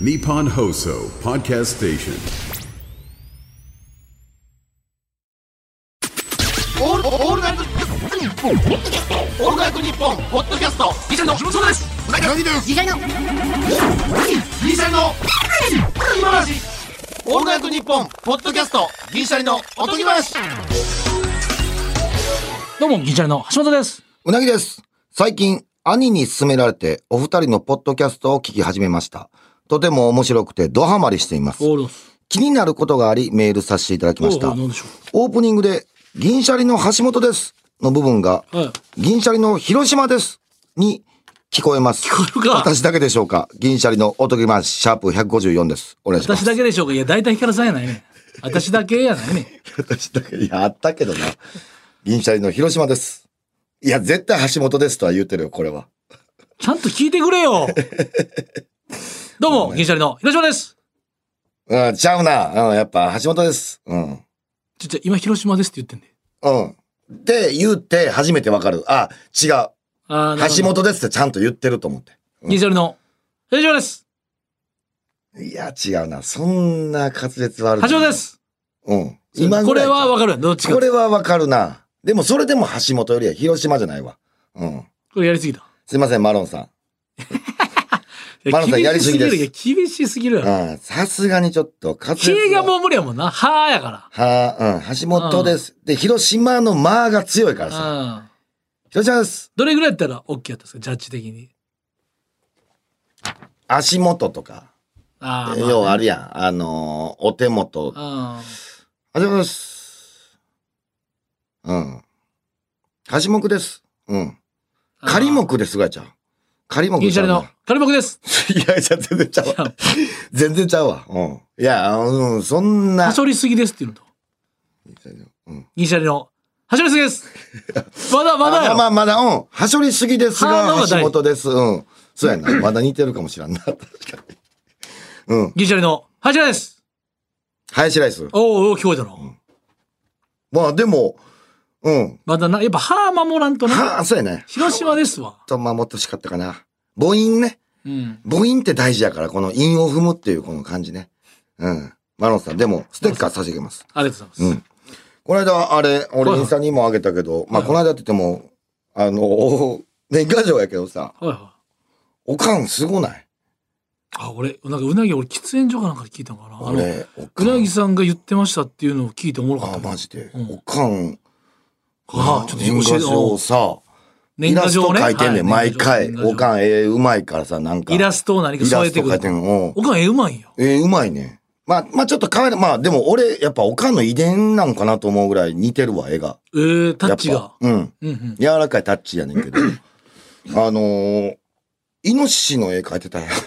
Nippon Hoso Podcast Station. オールオールナイトニッポンオールナイトニッポンポッドキャストギシャリのそうです何ですギシャリのギシャリの今話オールナイトニッポンポッドキャストギシャリのおとぎ話どうも、ギリシャリの橋本です。うなぎです。最近、兄に勧められて、お二人のポッドキャストを聞き始めました。とても面白くて、ドハマりしています。おー気になることがあり、メールさせていただきました。何でしょオープニングで、銀シャリの橋本です。の部分が、う。はい。銀シャリの広島です。に、聞こえます。聞こえるか私だけでしょうか。銀シャリのおとぎまし、シャープ154です。お願いします。私だけでしょうかいや、大体ヒカルさんやないね。私だけやないね。私だけ、いや、あったけどな。銀シャリの広島です。いや、絶対橋本ですとは言ってるよ、これは。ちゃんと聞いてくれよ。どうも、ギリシャリの広島です。うん、ちゃうな。うん、やっぱ、橋本です。うん。ちょ、ちょ、今広島ですって言ってんで。うん。って言って、初めてわかる。あ、違う。あー橋。本ですってちゃんと言ってると思って。ギリシャリの広島です。いや、違うな。そんな滑舌悪い。橋本で。す。うん。今こぐられいはわかるやんどっちか。ここれれはわかるな。でも、それでも橋本よりは広島じゃないわ。うん。やりすぎた。すいません、マロンさいマロンさんやりすぎです厳しすぎる。いや、厳しすぎるやろ。ん。うん。さすがにちょっと滑舌キは。ーがもう無理やもんな。はーやかはうん。橋本です。で、広島の間が強いからさ。ら。うん。広島です。どれぐらいやったら OK やったんですかジャッジ的に。足元とか。ああ。要はあるやん。あのー、お手元まあはじめます。うん。仮目です。うん。うん。仮目ですがちゃう。仮目銀シちャゃうリのな。仮木です。 いや、じゃあ全然ちゃうわ。全然ちゃうわ。うん。いや、うん、そんな。はしょりすぎですっていうのと、うん銀シャリの、はしょりすぎですまだまだやあろ、まあまだ、うん。はしょりすぎですはあのがが、大橋本です。うん。そうやな。 まだ似てるかもしらんな。確かに。うん。銀シャリの、はしょりです林ライス。おうおう、聞こえたの、まあでも、うん。まだな、やっぱ歯守らんとな。はあ、そうやね。広島ですわ。ちょっと守ってほしかったかな。母音ね。うん。母音って大事やから、この韻を踏むっていうこの感じね。うん。マロンさん、でも、ステッカー差し上げます。ありがとうございます。この間、あれ、俺はいはいインスタにもあげたけど、まあ、この間って言っても、あの、 年賀状やけどさ、はいはい。おかんすごないあ、俺、なんかうなぎ、俺、喫煙所かなんかで聞いたのかな。あの、俺、おか。うんなぎさんが言ってましたっていうのを聞いておもろかっあ、た。マジで。うんおかん、あちょっと年教え賀て状さ、イ年賀ラス状トね。書いてんねん、は毎回。年賀状おかん、ええ、うまいからさ、なんか。イラストを何かイラ添えスてトく書いてる。んの。うんおかん、え、うまいんよ。えー、うまいね。まあ、まあちょっと変えまあでも俺、やっぱおかんの遺伝なんかなと思うぐらい似てるわ、絵が。えー、タッチやっがぱ。うん。うんうん。柔らかいタッチやねんけ ど。あのー、イノシシの絵描いてたやん。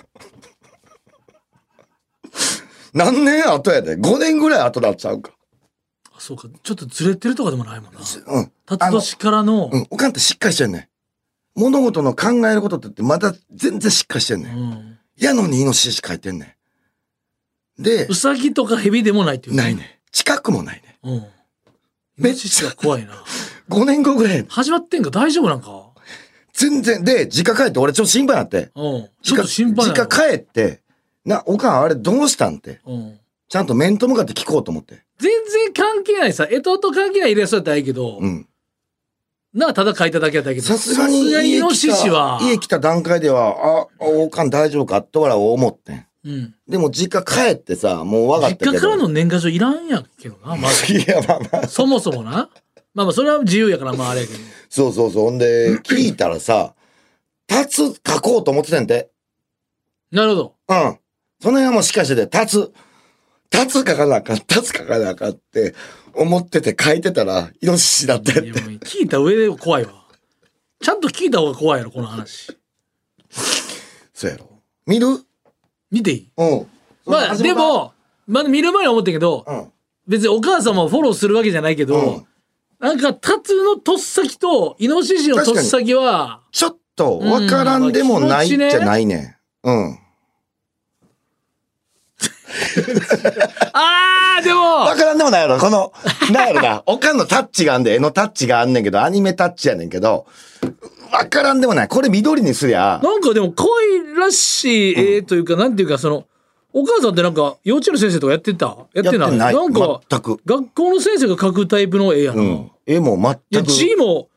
何年後やで ?5 年ぐらい後だっちゃうか。あそうか。ちょっとずれてるとかでもないもんな。うん。辰年からの、うん。おかんってしっかりしてんねん。物事の考えることってまだ全然しっかりしてんねん。うんやのにイノシシ描いてんねん。でう、さぎとかヘビでもないっていう。ないねん。近くもないねうん。めめっっちちゃゃ怖いな。ん。5年後ぐらいやねん始まってんか大丈夫なんか全然。で、実家帰って、俺ちょっと心配になって。うん。ちょっと心配な実の家帰って、な、おかんあれどうしたんって。うん。ちゃんと面と向かって聞こうと思って。全然関係ないさ。えとと関係ないイラストやったらいいけど、うん。なあ、ただ書いただけやったらいいけど、さすがにさイ家ノ来シシはた、。家来た段階では、あ、おかん大丈夫かとは思ってん。うん。でも実家帰ってさ、もう分かったけ実ど。家からの年賀状いらんやけどな、まず。 いや、まあまあ。 そもそもな。まあまあ、それは自由やから、まああれやけど。そうそうそう。ほんで、聞いたらさ、立つ書こうと思ってたんで。なるほど。うん。その辺はもうしっかりしてて、立つ。立つ書かなあかん、立つ書かなあかんって思ってて書いてたら、イノシシだったってい。やもう聞いた上で怖いわ。ちゃんと聞いた方が怖いやろ、この話。そうやろ。見るうん。見ていいまあ、そので、も、まあ見る前に思ったけど、うん。別にお母様をフォローするわけじゃないけど、なんかタツのとっさきとイノシシのとっさきはちょっとわからんでもないじうんゃないね。うん。あ ーでわもからんでもないやろ。この、なんやろ な。おかんのタッチがあんで、絵のタッチがあんねんけど、アニメタッチやねんけど、わからんでもない。これ緑にすりゃ、なんかでも可愛らしい絵というか、なんていうかそのお母さんってなんか幼稚園の先生とかやってたやってやなっいてないんか全く学校の先生が描くタイプの絵やな、ういん。絵もや全く。字も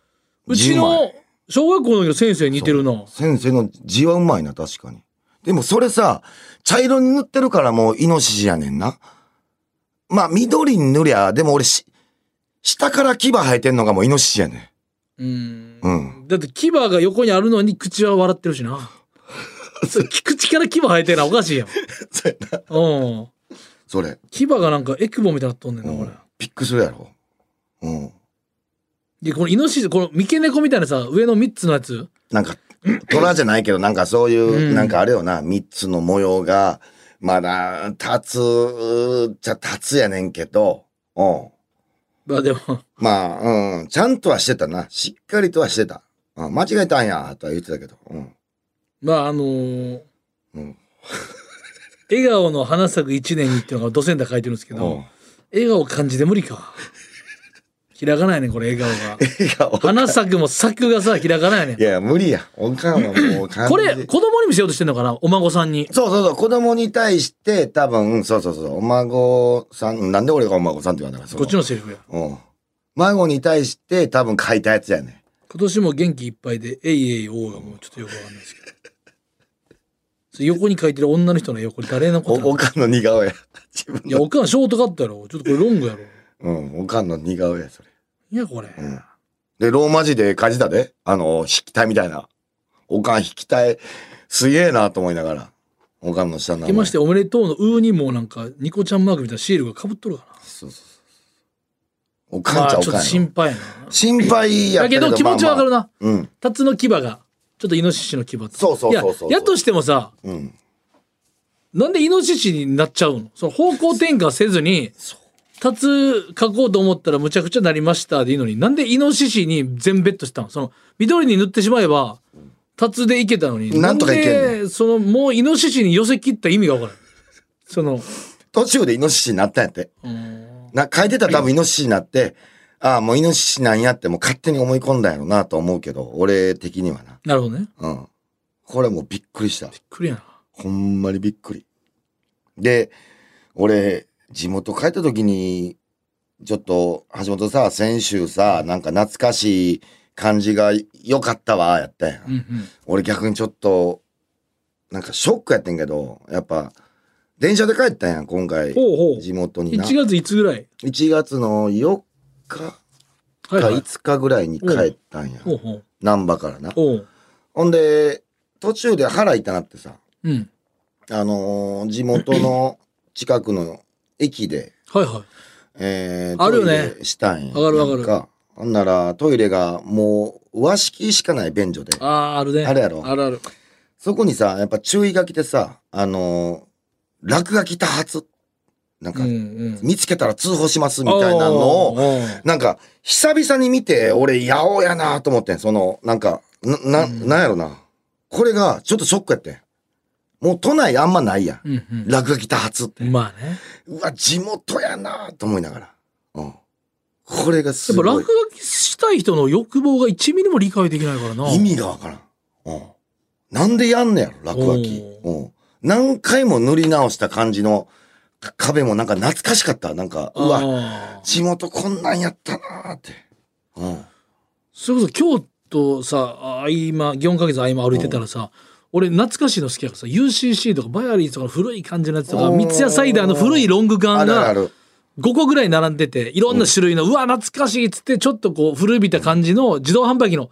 うちの小学校の時の先生に似てるな先生の字はうまいな、確かに。でもそれさ、茶色に塗ってるからもうイノシシやねんな。まあ緑に塗りゃ、でも俺し、下から牙生えてんのがもうイノシシや ねうんん。うん。だって牙が横にあるのに口は笑ってるしな それ口から牙生えてるのはおかしいやんそうやな。うんそれ。牙がなんかエクボみたいになっとんねんなこれ、ピックするやろ。うん。でこのイノシシこの三毛猫みたいなさ上の3つのやつなんか、虎じゃないけど、なんかそういう、うんなんかあれよな、三つの模様が、まだ、立つ、じゃ立つやねんけど、うん。まあでもまあ、うん、ちゃんとはしてたな。しっかりとはしてた。うん、間違えたんや、とは言ってたけど。うん。まああのーうん。笑顔の花咲く一年にっていうのがドセンター書いてるんですけど、うん笑顔漢字で無理か。ひらがないねんこれ笑 顔が。いや、お花咲くも咲くがさ、ひらがないねんい。や、無理や。おかんはもう完全にこれ、子供に見せようとしてんのかなお孫さんに。そうそうそう、子供に対して、多分、そうそうそう、お孫さん、なんで俺がお孫さんって言わなかったこっちのセリフや。うん。孫に対して、多分書いたやつやね。今年も元気いっぱいで、えいえいおうがもうちょっとよくわかんないですけど。それ横に書いてる女の人の横に誰のこお、となのおかんの似 顔絵。自分いや、おかんショートカットやろ。ちょっとこれロングやろ。うん、おかんの似顔絵や、それ。いや、これ。うん。で、ローマ字で書いてたで。あの、引き体みたいな。おかん引き体、すげえなと思いながら。おかんの下の名来前。まして、おめでとうのうーにもなんか、ニコちゃんマークみたいなシールがかぶっとるかそうそうそう。おな。かんまちあゃおちょっかんとやろ。心配や心配やな。だったけけど。ど気持ちはわかるな。な。うん。タツの牙がちょっとイノシシの牙とそうそうそうそういややとしてもさうん。なんでイノシシになっちゃうのその方向転換せずにタツ書こうと思ったらむちゃくちゃなりましたでいいのになんでイノシシに全ベットしたのその緑に塗ってしまえばタツでいけたのになんとかいけんねんでそのもうイノシシに寄せ切った意味が分からないその途中でイノシシになったんやって。うーんな、書いてたら多分イノシシになって、ああ、もうイノシシなんやってもう勝手に思い込んだんやろなと思うけど、俺的にはな。なるほどねうん。これもうびっくりした。クリアなほんまにびっくり。で、俺、地元帰った時に、ちょっと、橋本さ、先週さ、なんか懐かしい感じが良かったわ、やったやん。うんうん俺逆にちょっと、なんかショックやってんけど、やっぱ、電車で帰ったやん、今回。ほうほう地元にな。 1月いつぐらい1月の4日かはいはい5日ぐらいに帰ったんや。ほうほう難波からな。ほうほんで、途中で腹痛なってさ、うんあのー地元 の近くの駅で、はいはいえー、あるよねトイレしたんや。わかるわかるなんほんなら、トイレがもう和式しかない便所で、あーあるねあるやろあるあるそこにさ、やっぱ注意書きでさ、あのー落書き多発、なんか、うんうん見つけたら通報しますみたいなのを、をなんか、久々に見て、俺、八百やなと思ってん。その、なんか、な、な、うんなんやろな。これが、ちょっとショックやってん。もう都内あんまないやん。うんうん落書き多発って。まあねうわ、地元やなと思いながら。うん。これがすやっぱご落い書。きしたい人の欲望が1ミリも理解できないからな意味がわからん。うん。なんでやんねやろ、落書き。うん。何回も塗り直した感じのか壁もなんか懐かしかった。なんか、うわ、わ地元こんなんやったなって。うん。それこそ京都さあ今4ヶ月合間歩いてたらさ俺懐かしいの好きやからさ UCC とかバイアリーとかの古い感じのやつとかおー三ツ矢サイダーの古いロングあ缶るあがる。 5個ぐらい並んでていろんな種類のうわ懐かしいっつってちょっとこう古びた感じの自動販売機の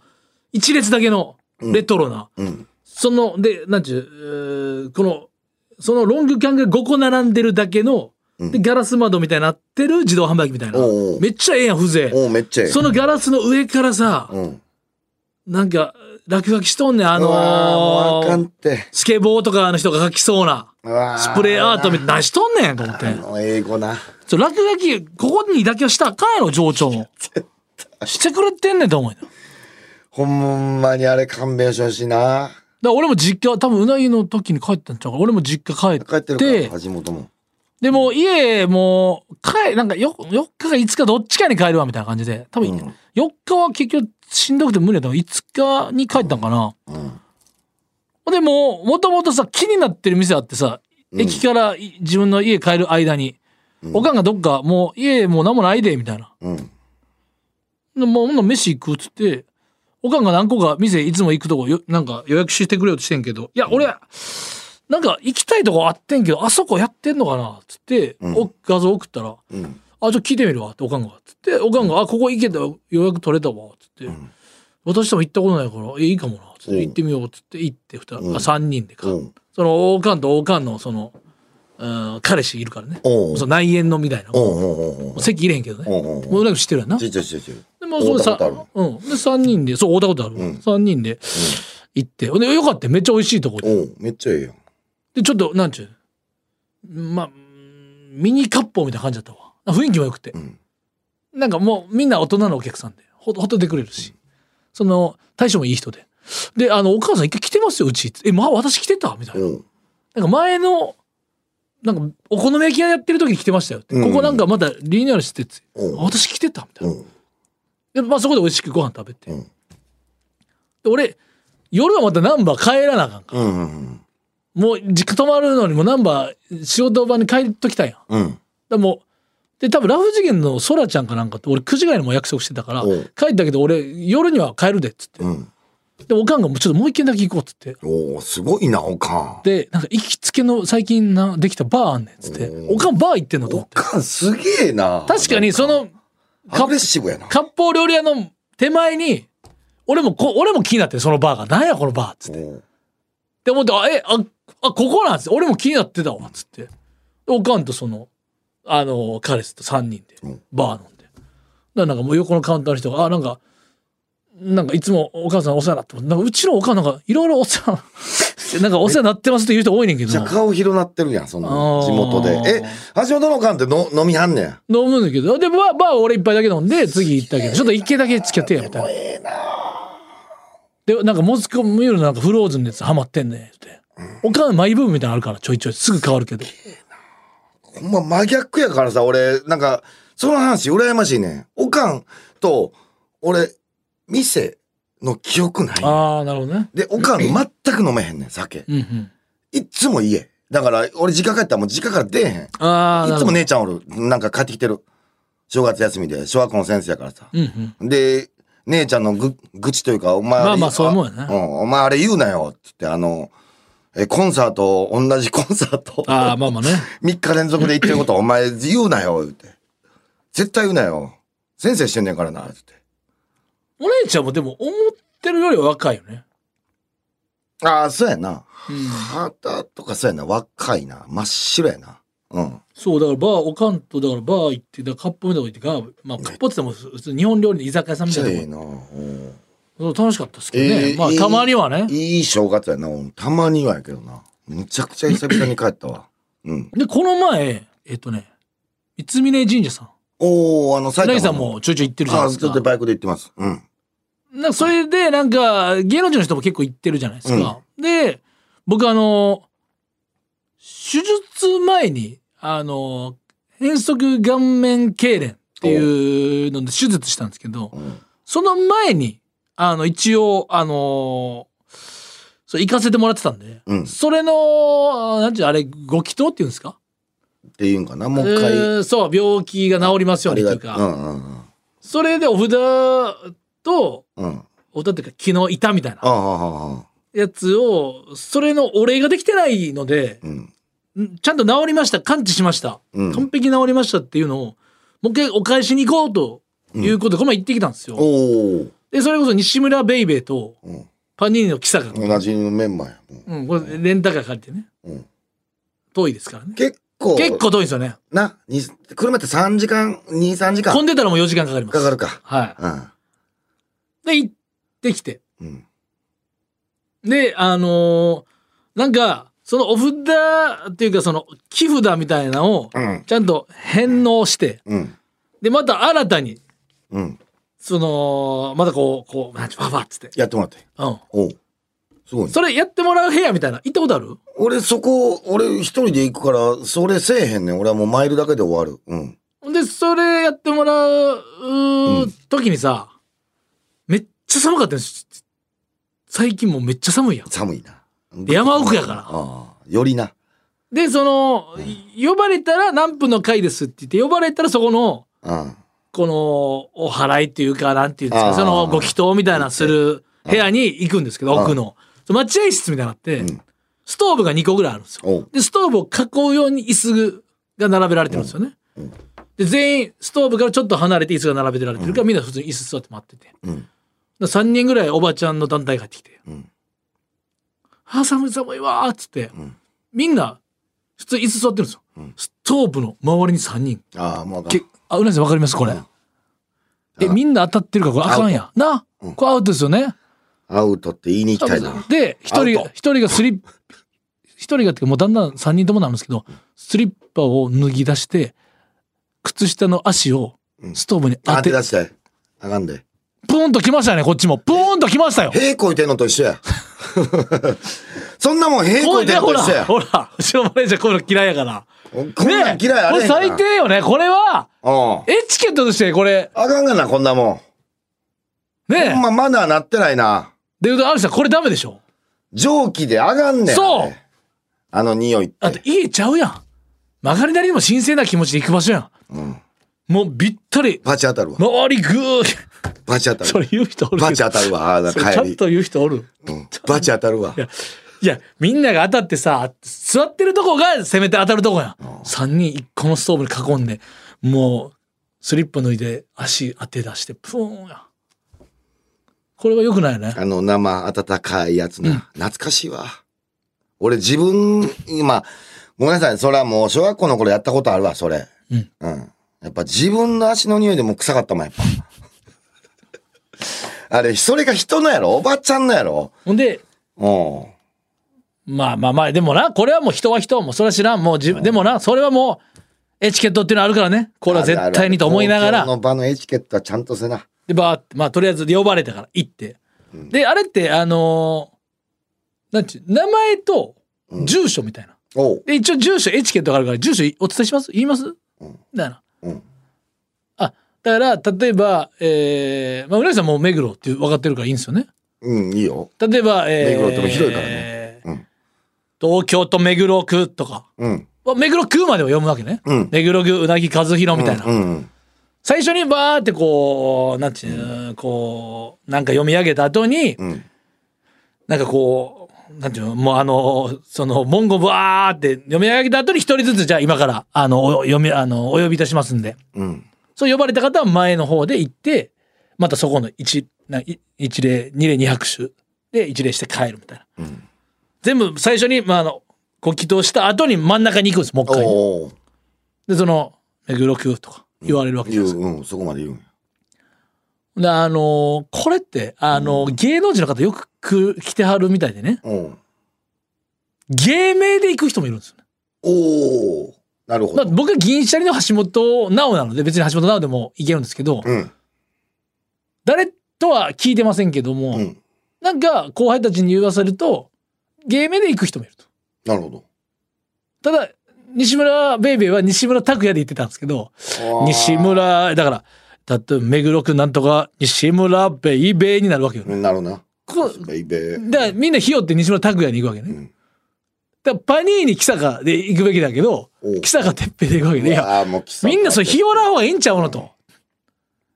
一列だけのレトロなうん。そのでなんちゅううーこのそのロング缶が5個並んでるだけの、うんでガラス窓みたいになってる自動販売機みたいなおうおうめっちゃええやん風情おうめっちゃええ。そのガラスの上からさ、うん。なんか落書きしとんねんああのものうあーかんって。スケボーとかの人が書きそうなうわスプレーアートみたいな出しとんねんと思ってあの、英語な。ちょ落書きここにだけはしたらあかんやろ情緒もしてくれてんねんと思うよだかほんまにあれ勘弁してほしいな。ら俺も実家多分うなぎの時に帰ったんちゃうから俺も実家帰帰っっててるから、橋本も。でもう家もう帰なんか 4, 4日か5日どっちかに帰るわみたいな感じで多分うん4日は結局しんどくて無理だったから5日に帰ったんかな、うん。でももともとさ気になってる店あってさ駅からい自分の家帰る間に、おかんがどっか、もう家もう何もないで、みたいな。うん。でもうほんなら飯行くっつって、おかんが何個か店いつも行くとこよ、なんか予約してくれようとしてんけど、いや、俺、なんか行きたいとこあってんけど、あそこやってんのかなっつって、お画像送ったら、うん。あ、ちょっと聞いてみるわって、おかんが。つって、おかんが、あ、ここ行けたよ予約取れたわ。つって、私とも行ったことないから、いいいかもな。つっうて、ん行ってみよう。つって、行って、二人、うんあ、三人でか。うんその、おかんとおかんの、その、うん、彼氏いるからね。おうその内縁のみたいな。おもうおうおうおうう席入れへんけどね。おうおうおうもうなんか知ってるやんな。ちで、っちゃいちっちゃい。もうそれ会うたさことあるもん、うん。で、三人で、そう、会うたことある。三、人で、行って。ほんで、よかったよめっちゃ美味しいとこで。おうめっちゃええやん。で、ちょっと、なんちゅう。まあ、うんミニ割烹みたいな感じだったわ。雰囲気も良くて。んなんかもうみんな大人のお客さんで、ほほっといてくれるし。その、大将もいい人で。で、あの、お母さん一回来てますよ、うちって。え、まあ私来てたみたいな。うん。なんか前の、なんか、お好み焼き屋やってる時に来てましたよって。うんここなんかまだリニューアルしてて、うんあ私来てたみたいな。うんで、まあそこで美味しくご飯食べて。うんで、俺、夜はまたナンバー帰らなあかんから。うんうんもう実家泊まるのにもナンバー仕事場に帰っときたんや。うん。うん。でもうで多分ラフ次元のソラちゃんかなんかと俺9時ぐらいにもう約束してたからうん帰ったけど俺夜には帰るでっつってうん。でおかんがもうちょっともう一軒だけ行こうっつっておおすごいな、おかん。でなんか行きつけの最近なできたバーあんねんっつってうんおかんバー行ってんのとお思ってかんすげえな。確かにそのアグレッシブやな。割烹料理屋の手前に俺もこ俺も気になってるそのバーが何やこのバーっつっておうで思って、あ、え、あ、あ、ここなんですよ俺も気になってたわ、つって。でおかんとその、あの、彼氏と3人でうん、バー飲んで。だからなんかもう横のカウンターの人が、あ、なんか、なんかいつもお母さんお世話になってますなんかうちのお母さんなんかいろい ろお世話、なんかお世話になってますっていう人多いねんけどじゃ、あ顔広なってるやん、そのあー地元で。え、橋本のおかんっての飲みはんねや。飲むんだけど、で、バー、バー俺一杯だけ飲んで、次行ったけど、ちょっと一軒だけ付き合ってや、みたいな。ええな。で、なんかモスクミュールのなんかフローズンのやつハマってんねって。おかんマイブームみたいなのあるから、ちょいちょい。すぐ変わるけど。ほんま真逆やからさ、俺、なんか、その話羨ましいねん。おかんと、俺、店の記憶ないねん。ああ、なるほどね。で、おかん全く飲めへんねん、酒。うんうん。いっつも家。だから、俺実家帰ったらもう実家から出えへん。ああ、いなるつもほど。姉ちゃんおる。なんか帰ってきてる。正月休みで、小学校の先生やからさ。うんうん。で、姉ちゃんのぐ愚痴というか、お前れまあまあそういうもんやねうん、お前あれ言うなよ、つって、あの、え、コンサート、同じ コンサート。ああ、まあまあね。 3日連続で言ってること、お前言うなよ、言うて。絶対言うなよ。先生してんねんからな、つって。 お姉ちゃんもでも思ってるよりは若いよね。ああ、そうやな。うん肌とかそうやな。若いな。真っ白やな。うん。そう、だからバー、おかんと、だからバー行って、だからカップ麺とか行ってが、まあカップって言っても普通日本料理の居酒屋さんみじたゃあいえなえとな。うんこ。そう楽しかったですけどね。えーまあいいたまにはね。いい正月やな。うんたまにはやけどな。むちゃくちゃ久々に帰ったわ。うん。で、この前、えっとね、三峯神社さん。おー、あの、埼うな玉の。ぎさんもちょいちょい行ってるじゃないあ、ですずっかと。バイクで行ってます。うん。なんかそれで、なんか、芸能人の人も結構行ってるじゃないですか。で、僕あの、手術前に、あの、変則顔面痙攣っていうので手術したんですけど、うん。その前に、あの、一応、あのそう、行かせてもらってたんで、うんそれの、なんていうのあれ、ご祈祷っていうんですかっていうんかな。もう一回。えーそう、病気が治りますようにというか、うんうんそれでお札と、うん。うん。お札っていうか、昨日いたみたいなあ。あ、ああ、やつを、それのお礼ができてないので、うん。んちゃんと治りました、完治しました、うん完璧に治りましたっていうのを、もう一回お返しに行こうということで、この前行ってきたんですよ。おお。で、それこそ西村ベイベーとうん。パニーニの木坂が、同じメンバーや。うんうん、これレンタカー借りてね、うん遠いですからね。結構。結構遠いんですよね。な、に車って3時間、2、3時間混んでたらもう4時間かかります。かかるか。はうんい。で、行ってきて。うん。で、あのーなんか、そのお札っていうか、その木札みたいなのを、うん。ちゃんと返納して、うん。で、また新たに、うん。その、またこう、こう、なんちゅう、ばばっつって。やってもらって。うん。おうすごいね。それやってもらう部屋みたいな、行ったことある俺そこ、俺一人で行くから、それせえへんねん。俺はもうマイルだけで終わる。うん。で、それやってもらう、時にさ、めっちゃ寒かったんです。最近もうめっちゃ寒いやん。寒いな。で山奥やからああ。よりな。でその、呼ばれたら何分の回ですって言って呼ばれたらそこのうん。このお祓いっていうかなんていうんですあかーそのご祈祷みたいなする部屋に行くんですけどうん奥のその待合室みたいなのあって、うんストーブが2個ぐらいあるんですよ。おう。でストーブを囲うように椅子が並べられてるんですよね。で全員ストーブからちょっと離れて椅子が並べてられてるから、みんな普通に椅子座って待っててうん。 3人ぐらいおばちゃんの団体が入ってきて「うんあー寒い寒いわ」っつって、んみんな普通椅子座ってるんですよ。ストーブの周りに3人。ああ、もうあかんけあ、うなぎさんわかりますこれ。え、みんな当たってるからこれあかんや。な、これアウトですよね。アウトって言いに行きたいな。で、一人アウトが、一人がスリッ、一人がっていうかもうだんだん3人ともなんですけど、スリッパを脱ぎ出して、靴下の足をストーブに当当て、て出して。あかんで。プーンと来ましたね、こっちも。プーンと来ましたよ。屁こいてんのと一緒や。 そんなもん屁こおいいてんのね、とほら、一緒や。ほら、うちのマネージャーこういうの嫌いやから。こんなん嫌いあこれへんから。れ最低よね。これは、うん。エチケットとして、これ、あかんがな、こんなもん。ほんね。まマナーなってないな。で、あるさん、これダメでしょ。蒸気で上がんねん。そうあれあの匂いっあとて。家ちゃうやん。曲がりなりにも神聖な気持ちで行く場所やん。もうびったり、パチ当たるわ。周りぐー、バチ当たるそわ。れ言う人おるけどバチ当たるわ。あーそれちゃ帰んり。と言う人おる。うんバチ当たるわい。や、いや、みんなが当たってさ、座ってるとこがせめて当たるとこやん。3人1個のストーブに囲んで、もう、スリッパ脱いで足当て出して、プーンやん。これは良くないよね。あの生温かいやつな。懐かしいわ。俺自分、今、ごめんなさい。それはもう小学校の頃やったことあるわ、それ。うん。やっぱ自分の足の匂いでもう臭かったもん、やっぱ。 あれ、それが人のやろおばちゃんのやろほんで、うん。まあまあまあ、でもな、これはもう人は人、もうそれは知らん、もう自分、でもな、それはもう、エチケットっていうのあるからね。これは絶対にと思いながあるあるら公共、の場のエチケットはちゃんとせな。で、ばーって、まあとりあえず呼ばれたから行って。で、あれって、あのーなんちゅう、名前と住所みたいな。おう。で、一応住所、エチケットがあるから、住所お伝えします言いますみたいな。うんあ、だから、例えば、えー、まあ、浦井さんもう目黒って分かってるからいいんですよね。うん、いいよ。例えば、えー、目黒っても広いからねねうん東京と目黒区とか。うん。まあ目黒区までは読むわけね。うん目黒区、うなぎ和弘みたいな。うんうん。最初にバーってこう、なんていう、こう、なんか読み上げた後に、んなんかこう、なんていうの、もうあの、その文言バーって読み上げた後に一人ずつ、じゃあ今から、あの、お読み、あの、お呼びいたしますんで。うん。そう呼ばれた方は前の方で行って、またそこの一、ない一例、二例二百種で一例して帰るみたいな。全部最初に、まあ、あの、ご祈祷した後に真ん中に行くんです、もう一回。おう。で、その、目黒区とか言われるわけじゃ言、ないうですか。うん、そこまで言うんや。であのーこれって、あのー芸能人の方よくく来てはるみたいでね、おう。芸名で行く人もいるんですよね。おう。なるほまあ、ど。僕は銀シャリの橋本直なので、別に橋本直でも行けるんですけど、うん。誰とは聞いてませんけども、うん。なんか後輩たちに言わせると、芸名で行く人もいると。なるほど。ただ、西村ベイベーは西村拓也で言ってたんですけど、あー西。村、だから、だって目黒区なんとか西村ベイベーになるわけよね。うんなるな。こうベイベー。だからみんなひよって西村拓哉に行くわけね。うんだからパニーニ木坂で行くべきだけどおう、木坂哲平で行くわけね。いや、ああ、もう貴様みんなそれひよらん方がいいんちゃうのと。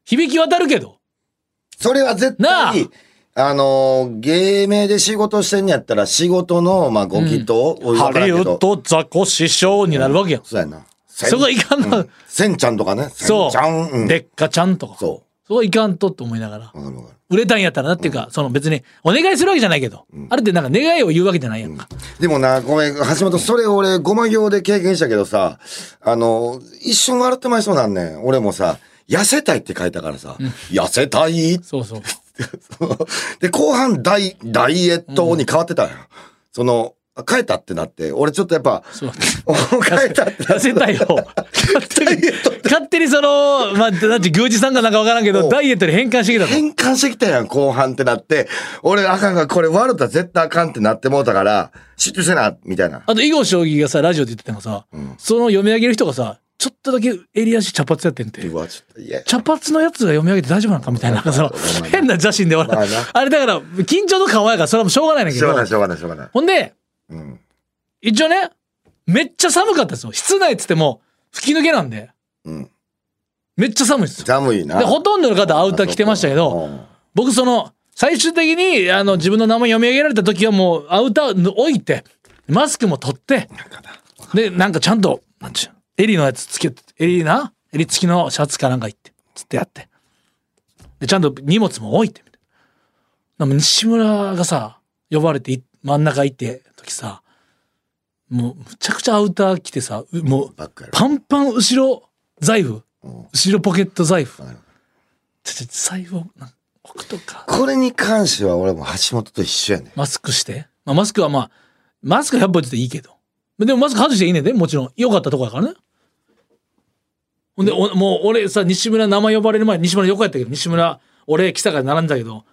響き渡るけど。それは絶なあ対、あのー、芸名で仕事してんやったら、仕事の、まあ、ご祈祷をハリウけッど。ドザコ師匠になるわけやん。そうやな。せんそこはいかんうな。んせんちゃんとかね。そうせんちゃん。うん。でっかちゃんとか。そそこはいかんとって思いながらう。。わかるわか売れたんやったらなっていうか、その別にお願いするわけじゃないけど、あれってなんか願いを言うわけじゃないやんか。る。でもな、ごめん、橋本、それ俺、ごま行で経験したけどさ、あの、一瞬笑ってまいそうなんねん。俺もさ、痩せたいって書いたからさ、痩せたい って。そうそう。で、後半、ダイ、ダイエットに変わってたよ。その、あ変えたってなって、俺ちょっとやっ ぱ、そう変えたってな痩ってせ。たいよ。 勝手にダイエットっ、勝手にその、まあ、なんて、宮司さんがなんかわからんけおど、うダイエットに変換してきたと。変換してきたやん、後半ってなって。俺、あかんが、これ悪ったら絶対あかんってなってもうたから、集中せな、みたいな。 あと、囲碁将棋がさ、ラジオで言ってたのがさ、その読み上げる人がさ、ちょっとだけ襟足茶髪やってんてう。わ、ちょっと、いや。茶髪のやつが読み上げて大丈夫なのかみ たいな、その、変な邪心でまあ笑うな。あれだから、緊張の緩和やから、それはもうしょうがないねんだしょうがない、けしど。ょうがない、しょうがない。ほんで、うん。一応ね、めっちゃ寒かったですよ。室内っつっても、吹き抜けなんで。うんめっちゃ寒いですよ。寒いな。で、ほとんどの方、アウター着てましたけど、うん僕その最終的にあの自分の名前読み上げられた時はもうアウター置いてマスクも取ってでなんかちゃんとなんちゅう襟のやつつけて襟な襟付きのシャツかなんかいってつってやってでちゃんと荷物も置いてみたいなでも西村がさ呼ばれてい真ん中行って時さもうむちゃくちゃアウター着てさうもうばっかりパンパン後ろ財布後ろポケット財布るちょちょ財布をなんか置くとかこれに関しては俺も橋本と一緒やねん。マスクして。まあ、マスクはまあ、マスク100本っていいけど。でもマスク外していいねんで、もちろん。良かったとこやからね。ほんで、おもう俺さ、西村名前呼ばれる前に、西村よくやったけど、西村、俺、来たから並んだけど、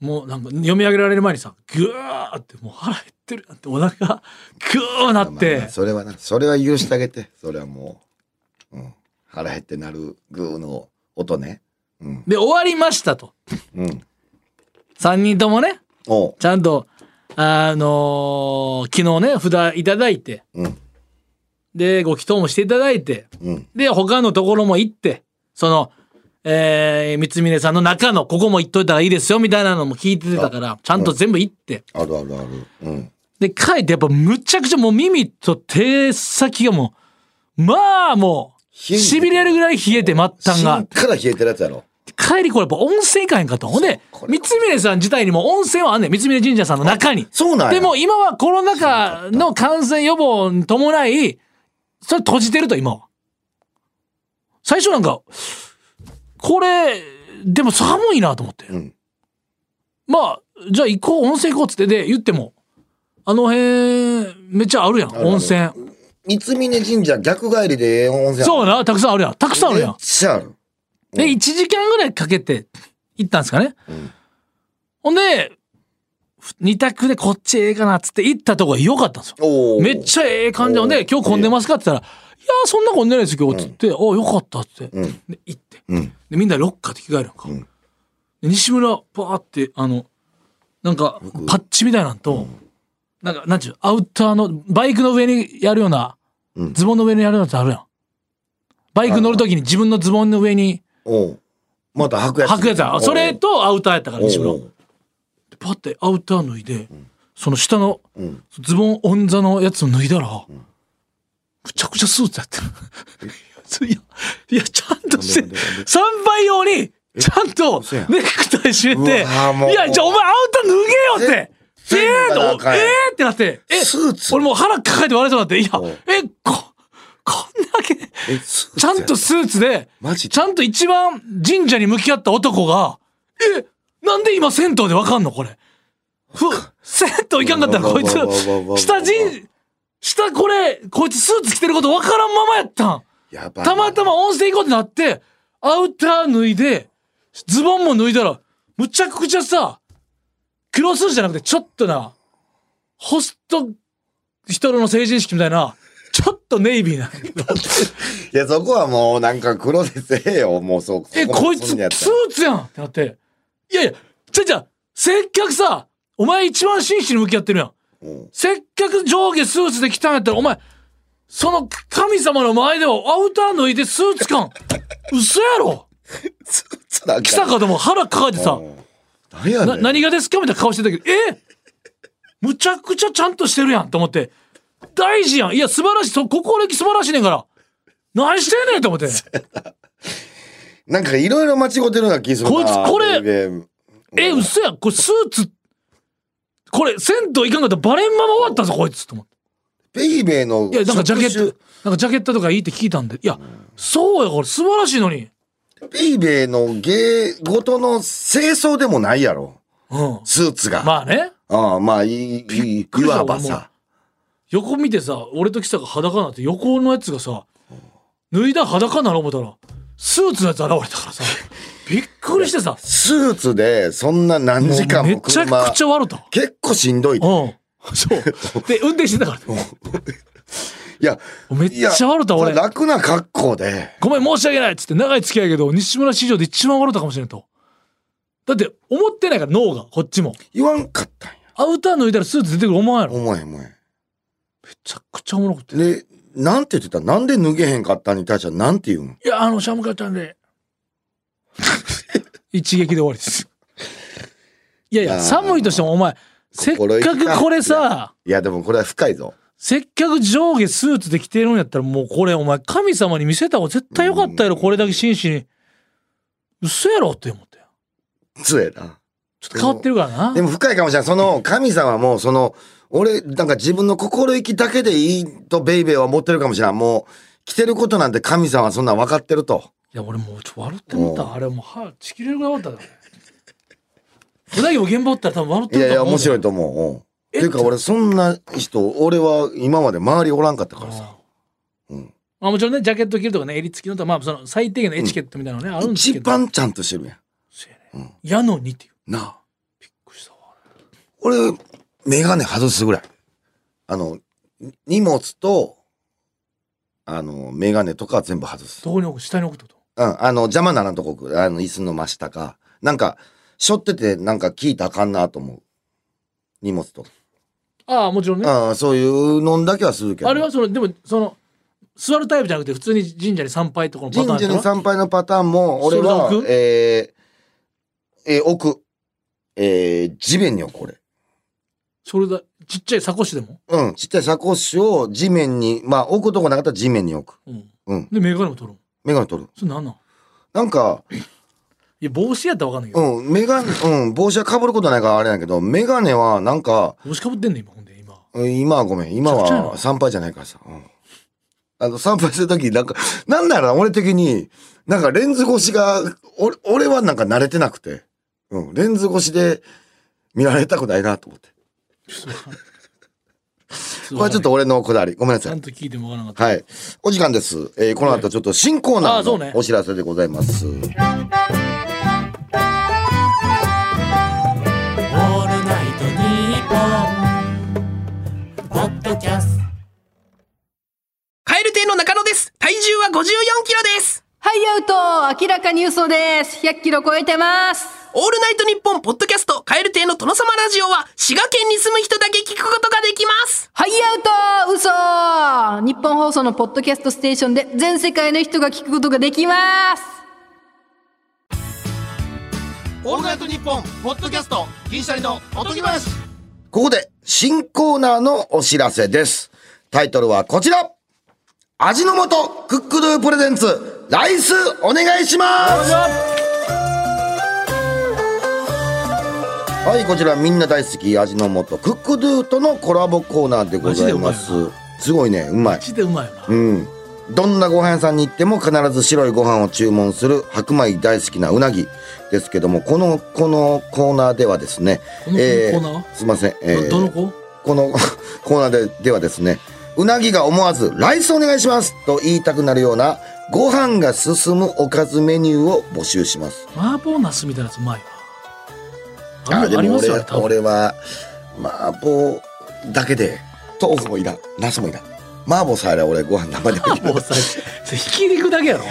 もうなんか読み上げられる前にさ、ぐーって、もう腹減ってるなって、お腹がぐーなっまあまてあ、それはな、それは許してあげて。それはもう、うん、腹減ってなるグーの音ね。うん。で、終わりましたと。うん。 3人ともね、おう。ちゃんと、あのー昨日ね、札いただいて、うん。で、ご祈祷もしていただいて、うん。で、他のところも行って、その、えー、三峰さんの中のここも行っといたらいいですよみたいなのも聞いてたから、ちゃんと全部行って。あるあるある。うん。で、帰ってやっぱむちゃくちゃもう耳と手先がもう、まあもう、冷えて痺れるぐらい冷えて末端が芯。から冷えてるやつやろ。帰りこれやっぱ温泉行かへんかと。ほんで、これ三峰さん自体にも温泉はあんねん。三峰神社さんの中に。そうなんやでも今はコロナ禍の感染予防に伴い、それ閉じてると、今は。最初なんか、これ、でも寒いなと思って。うんまあ、じゃあ行こう、温泉行こうっつってで、言っても、あの辺、めっちゃあるやん、るある温泉。三峰神社逆帰りでええ温泉そううな、たくさんあるやん。たくさんあるやめっん。ちゃある。で、1時間ぐらいかけて行ったんですかね。うん。ほんで、2択でこっちええかなっつって行ったとこが良かったんですよ。おお。めっちゃええ感じなんおでう「今日混んでますか?」って言ったら「いやーそんな混んでないです今日」っつって「あよかった」っつって、うんで行ってうん。でみんなロッカーで着替えるのか、んで西村バーってあのなんかパッチみたいなんと、なんかなんちゅうアウターのバイクの上にやるような、うんズボンの上にやるようなやつあるやんバイク乗る時に自分のズボンの上におう。また履くやつ。履くやつあそれとアウターやったから西村おうでパッてアウター脱いで、その下のおううん。ズボンオンザのやつを脱いだら、むちゃくちゃスーツやってる。いや、いや、ちゃんとして、なんでなんでなんで参拝用に、ちゃんと嘘やんネクタイ締めて、うわもういや、じゃあお前アウター脱げよって、え全え全部がー赤えやーってなって、え、スーツ俺もう腹抱えて笑いそうになおって、ういや、え、こ、こんだけ、え、スーツちゃんとスーツで、マジでちゃんと一番神社に向き合った男が、え、なんで今銭湯でわかんのこれ。ふ、銭湯行かんかったらこいつわわわわわわ、下神、下これ、こいつスーツ着てることわからんままやったん。やばいなたまたま温泉行こうってなって、アウター脱いで、ズボンも脱いだら、むちゃくちゃさ、クロスじゃなくてちょっとな、ホスト、人の成人式みたいな、ちょっとネイビーなんだけど。いや、そこはもうなんか黒でせえよ、もうそう。え、そまでこいつ、スすんのやったーらツやんってなって。いやいや、じゃじゃせっかくさ、お前一番真摯に向き合ってるやん。うんせっかく上下スーツで来たんやったら、お前、その神様の前ではアウター脱いでスー ツ感、嘘やろスーツなんか来たかとも腹抱えてさう、ん何やね。なん何がですかみたいな顔してたけど、えむちゃくちゃちゃんとしてるやんと思って、大事やん。いや、素晴らしい。そ、心意気素晴らしいねんから。何してんねんと思って。なんかいろいろ間違ってるような気するな。こいつこベれイベーえ、嘘やんこれスーツ、これ、銭湯行かんかったらバレンママ終わったぞ、こいつと思って。ベイベーの。いや、なんかジャケットト。、なんかジャケットとかいいって聞いたんで。いや、そうや、これ素晴らしいのに。ベイベーの芸事の清掃でもないやろ。うん。スーツが。まあね、ああ、まあ、いい、いい、くいりしたわばさ。横見てさ、俺とキサが裸になって、横のやつがさ、脱いだ裸なの思ったら、スーツのやつ現れた からさ、びっくりしてさ、スーツで、そんな何時間もうもめちゃ車くちゃ笑った。結構しんどい。いうん。そう。で、運転してたからね。や、めっちゃいや笑った俺それ楽な格好で。ごめん申し訳ないっつって長い付き合いやけど西村史上で一番笑ったかもしれんとだって思ってないから脳がこっちも言わんかったんや。アウター脱いだらスーツ出てくる思わんやろ思えん思えん。めちゃくちゃおもろくて。で、なんて言ってたなんで脱げへんかったに対してはなんて言うんいや、あの、シャムカちゃんで。 一撃で終わりです。いやいあや、ー寒いとしてもお前、せっ心意気かかくこれさ、いや、でもこれは深いぞ。せっかく上下スーツで着てるんやったらもうこれお前神様に見せた方が絶対よかったやろ、うんこれだけ真摯に。嘘やろって思ったよ。つえな。ちょっと変わってるからな。でも深いかもしれない。その神様も、その、俺、なんか自分の心意気だけでいいとベイベーは思ってるかもしれない。もう、着てることなんて神様はそんなん分かってると。いや、俺もうちょっと笑ってもっうんた。あれもう歯ちぎれるぐらい笑っただうなぎも現場おったら多分笑っいてやるいとや、思う。面白い。いと思う。うんっていうか俺、そんな人、俺は今まで周りおらんかったからさ。うんまあもちろんね、ジャケット着るとかね、襟付きのとか、まあその最低限のエチケットみたいなのね、あるんですけ一ど。番ちゃんとしてるやん。そうやねうんやのにっていう。なあ。びっくりしたわ俺、メガネ外すぐらい。あの、に荷物と、あの、メガネとかは全部外す。どこに置く下に置くってこうん、あの、邪魔ならんとこ置く、あの、椅子の真下か。なんか、しょってて、なんか聞いたらあかんなと思う。荷物と。とああ、もちろんね。ああ、そういうのんだけはするけど。あれはその、でも、その、座るタイプじゃなくて、普通に神社に参拝とかのパターン神社にやから参拝のパターンも、俺それでは置、くえー、えー、置く。えー、地面に置く、俺。それだ、ちっちゃいサコッシュでも。うん、ちっちゃいサコッシュを地面に、まあ、置くとこなかったら地面に置く。うん。うん。で、メガネも取るもん。メガネ取る。それなんなんいなんか、や、帽子やったらわかんないけど。うん、メガネ、うん、帽子は被ることないからあれやけど、メガネはなんか、帽子かぶってんね今、ほんで、今。うん今はごめん、今ちっちゃいのは参拝じゃないからさ。うん、あの、参拝するとき、なんか、なんなら俺的に、なんかレンズ越しが、俺、俺はなんか慣れてなくて、うん、レンズ越しで見られたくないなと思って。 これはちょっと、俺のこだわり。ごめんな ちさゃいん。と聞いてもわからなかった。はい。お時間です。えーこの後ちょっと新コーあナーそうーねのお知らせでございます。オールナイトニッポン」ポッドキャストカエル亭の中野です。体重は54キロです。ハイアウト明らかに嘘です。100キロ超えてます。オールナイトニッポンポッドキャスト、カエル亭の殿様ラジオは、滋賀県に住む人だけ聞くことができます。ハイアウト嘘日本放送のポッドキャストステーションで全世界の人が聞くことができます。オールナイトニッポンポッドキャスト銀シャリのおとぎ話ここで新コーナーのお知らせです。タイトルはこちら味の素クックドゥプレゼンツライスお願いしますはい、こちらみんな大好き味の素クックドゥとのコラボコーナーでございますマジでう。すごいね、うまいマ。ジでうまいよな。うん。どんなご飯屋さんに行っても必ず白いご飯を注文する白米大好きなうなぎですけども、この、このコーナーではですね、このえコーナーはすいません、えーどどの子この コーナーでではですね、うなぎが思わずライスお願いしますと言いたくなるようなご飯が進むおかずメニューを募集します。麻婆ナスみたいなやつうまいわ。あでありもます俺よ、ね、多分。俺は、麻婆だけで、豆腐もいらん、ナスもいらん。麻婆さえあれば俺ご飯生でもいらんもうさ、それひき肉だけやろ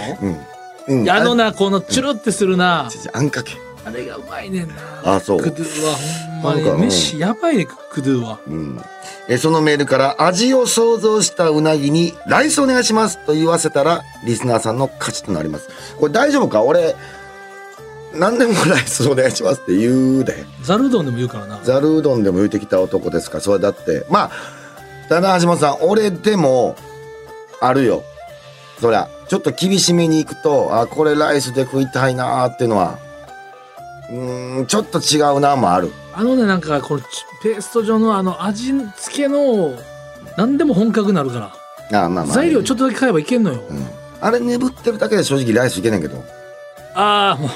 うん。うん。あのな、このチュルってするな。あんかけ。あれがうまいねんな。あ、そうク。ドゥはほなんまんかにうん飯やばいねクドゥはうん、えそのメールから味を想像したうなぎに「ライスお願いします」と言わせたらリスナーさんの勝ちとなりますこれ大丈夫か俺何でもライスお願いしますって言うでザルうどんでも言うからなざるうどんでも言うてきた男ですからそれだってまあただ橋本さん俺でもあるよそりゃちょっと厳しめに行くとあこれライスで食いたいなーっていうのはうーんちょっと違うなーもあるあのねなんかこのちペースト状のあの味付けの何でも本格になるかあまあまあら材料ちょっとだけ買えばいけんのようんあれ眠ってるだけで正直ライスいけねんけどああもう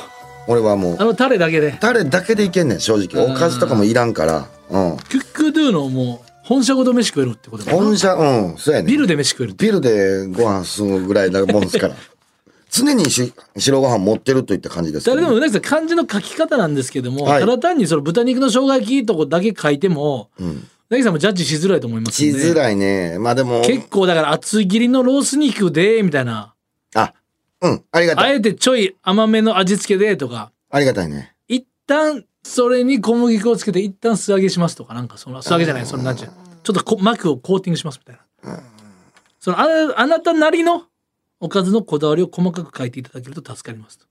俺はもうあのタレだけでタレだけでいけんねん正直うんおかずとかもいらんからうんクックドゥのもう本社ごと飯食えるってことだな本社うんそうやねんビルで飯食えるってビルでご飯すむぐらいなもんですから 常にし白ご飯持ってるといった感じですけど誰ねでもうなぎさん漢字の書き方なんですけども、はいただ単にその豚肉の生姜焼きとこだけ書いてもうんうなぎさんもジャッジしづらいと思いますしんでづらいねまあでも結構だから厚切りのロース肉でみたいなあうんありがあたいえてちょい甘めの味付けでとか、ありがたいね一旦それに小麦粉をつけて一旦素揚げしますとか、なんかその素揚げじゃない、そのなんちゅう。ちょっとこ膜をコーティングしますみたいな。そのああなたなりのおかずのこだわりを細かく書いていただけると助かりますと。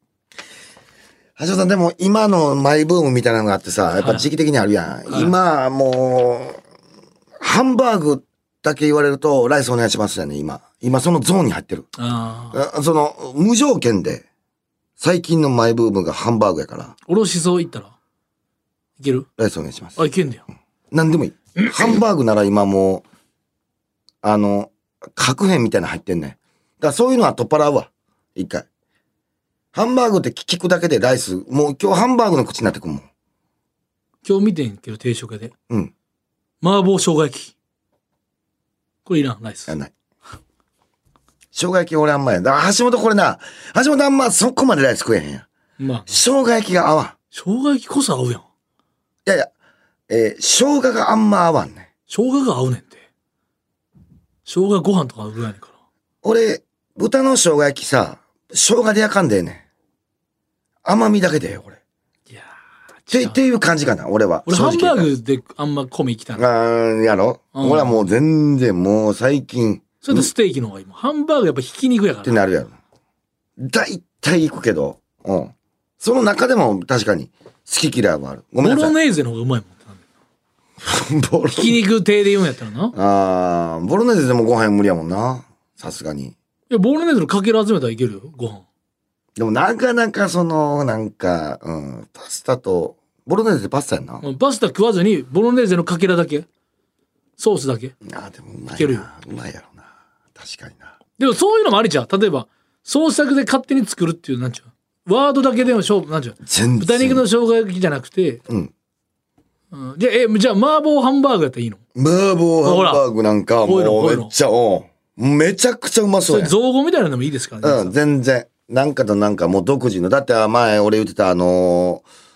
橋本さん、でも今のマイブームみたいなのがあってさ、やっぱ時期的にあるやん。今、もう、ハンバーグだけ言われると、ライスお願いしますよね、今。今、そのゾーンに入ってる。ああ。あその、無条件で、最近のマイブームがハンバーグやから、おろしそういったらいけるライスお願いしますあ、。いけんだよ。何でもいい。ハンバーグなら今もう、あの、核変みたいなの入ってんねん。だからそういうのは取っ払うわ。一回。ハンバーグって聞くだけでライス、もう今日ハンバーグの口になってくるもん。今日見てんけど定食屋で。うん。麻婆生姜焼き。これいらん、ライスや。んない。生姜焼き俺あんまやん。だから橋本これな、橋本あんまそこまでライス食えへんやん。まあ、生姜焼きが合わん。生姜焼きこそ合うやいん。やいや、えー生姜があんま合わんね。生姜が合うねんて。生姜ご飯とか合うぐらいやねんから。俺、豚の生姜焼きさ、生姜で焼かんでええねん。甘みだけでええよ、俺。いやって、っていう感じかな、俺は。俺正ハ直ン言バうたらーグであんま米行きたいな。あーやろ、うん俺はもう全然もう最近それとステーキの方がいいもん。ハンバーグやっぱひき肉やかってら。なるやろ。大体行くけど、うん。その中でも確かに好き嫌いはある。ごボめんなロさい。ネーゼの方がうま いもんってなんだよ。ボロひき肉亭で言うんやったらな。いあーボロネーゼでもご飯無理やもんな。さすがに。や、ボロネーゼのかけら集めたらいけるよ、ご飯。でもなかなかその、なんか、うん、パスタと、ボロネーゼってパスタやんな。あまあパスタ食わずに、ボロネーゼのかけらだけ。ソースだけ。ーでもうまいけいるよな。うまいやろな。確かにな。でもそういうのもありじゃん。例えば、創作で勝手に作るっていう、なんちゅうのワードだけでも勝負、なんちゅうの全然。豚肉の生姜焼きじゃなくて、うん。うん、じゃあ、え、じゃあ、麻婆ハンバーグやったらいいの麻婆ハンバーグなんかほもらこういううめのっちゃ、うん。めちゃくちゃうまそそうれやん。造語みたいなのもいいですからうね。ん、全然。なんかとなんかもう独自の。だって前俺言ってたあのー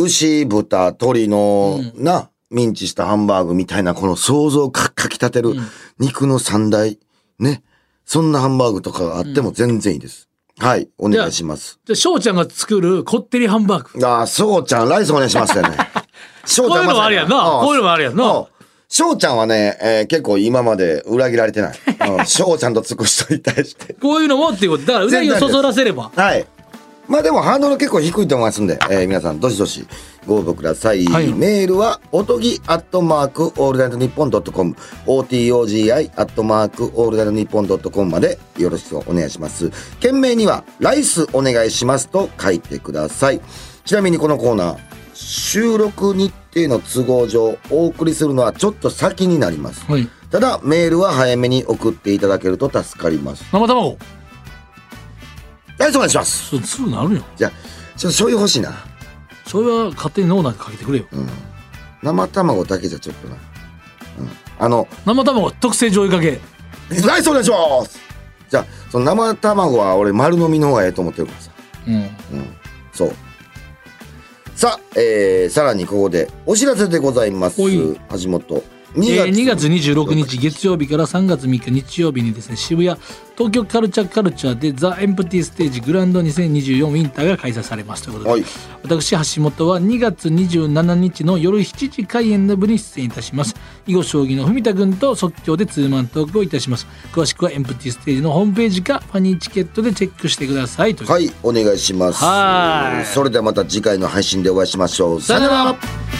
牛、豚、鶏の、な、ミンチしたハンバーグみたいなこの想像をかかき立てる肉の三大、ね。そんなハンバーグとかがあっても全然いいです。はい、お願いします。じゃあ、翔ちゃんが作るこってりハンバーグ。ああ、そうちゃん、ライスお願いしますよ ね。しょこういうのもあるやんな。こういうのもあるやんな。翔ちゃんはね、えー結構今まで裏切られてない。うん翔、ちゃんとつく人に対して。こういうのもっていうこと。だから、うなぎをそそらせれば。はい。まあでもハードル結構低いと思いますんで、えー皆さんどしどしご応募ください。はいメールは、おとぎアットマークオールナイトニッポンドットコム、OTOGI アットマークオールナイトニッポンドットコムまでよろしくお願いします。件名には、ライスお願いしますと書いてください。ちなみにこのコーナー、収録日程の都合上、お送りするのはちょっと先になります。はい。ただ、メールは早めに送っていただけると助かります。生卵。ライスお願いしますそう、すぐなるよ。じゃあ、ちょっと醤油欲しいな。それは勝手に脳内でかけてくれよ。生卵だけじゃちょっとな。うん、あの、生卵は特製醤油かけ。ライスお願いしますじゃあ、その生卵は俺丸飲みの方がええと思ってるからさ。うん。そう。さあ、えー、さらにここでお知らせでございます。おい橋本。2えー2月26日月曜日から3月3日日曜日にですね渋谷東京カルチャーカルチャーで「ザ・エンプティステージグランド2024ウィンター」が開催されますということで、はい私橋本は2月27日の夜7時開演の部に出演いたします囲碁将棋の文田君と即興でツーマントークをいたします詳しくはエンプティステージのホームページかファニーチケットでチェックしてくださいというはい、お願いします。はーいそれではまた次回の配信でお会いしましょう。さよなら